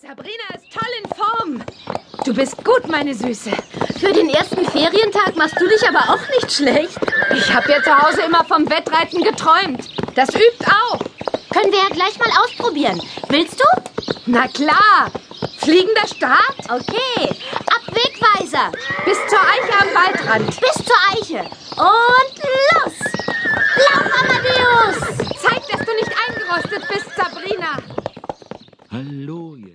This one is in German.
Sabrina ist toll in Form. Du bist gut, meine Süße. Für den ersten Ferientag machst du dich aber auch nicht schlecht. Ich habe ja zu Hause immer vom Wettreiten geträumt. Das übt auch. Können wir ja gleich mal ausprobieren. Willst du? Na klar. Fliegender Start Okay. Ab Wegweiser. bis zur Eiche am Waldrand. Bis zur Eiche. Und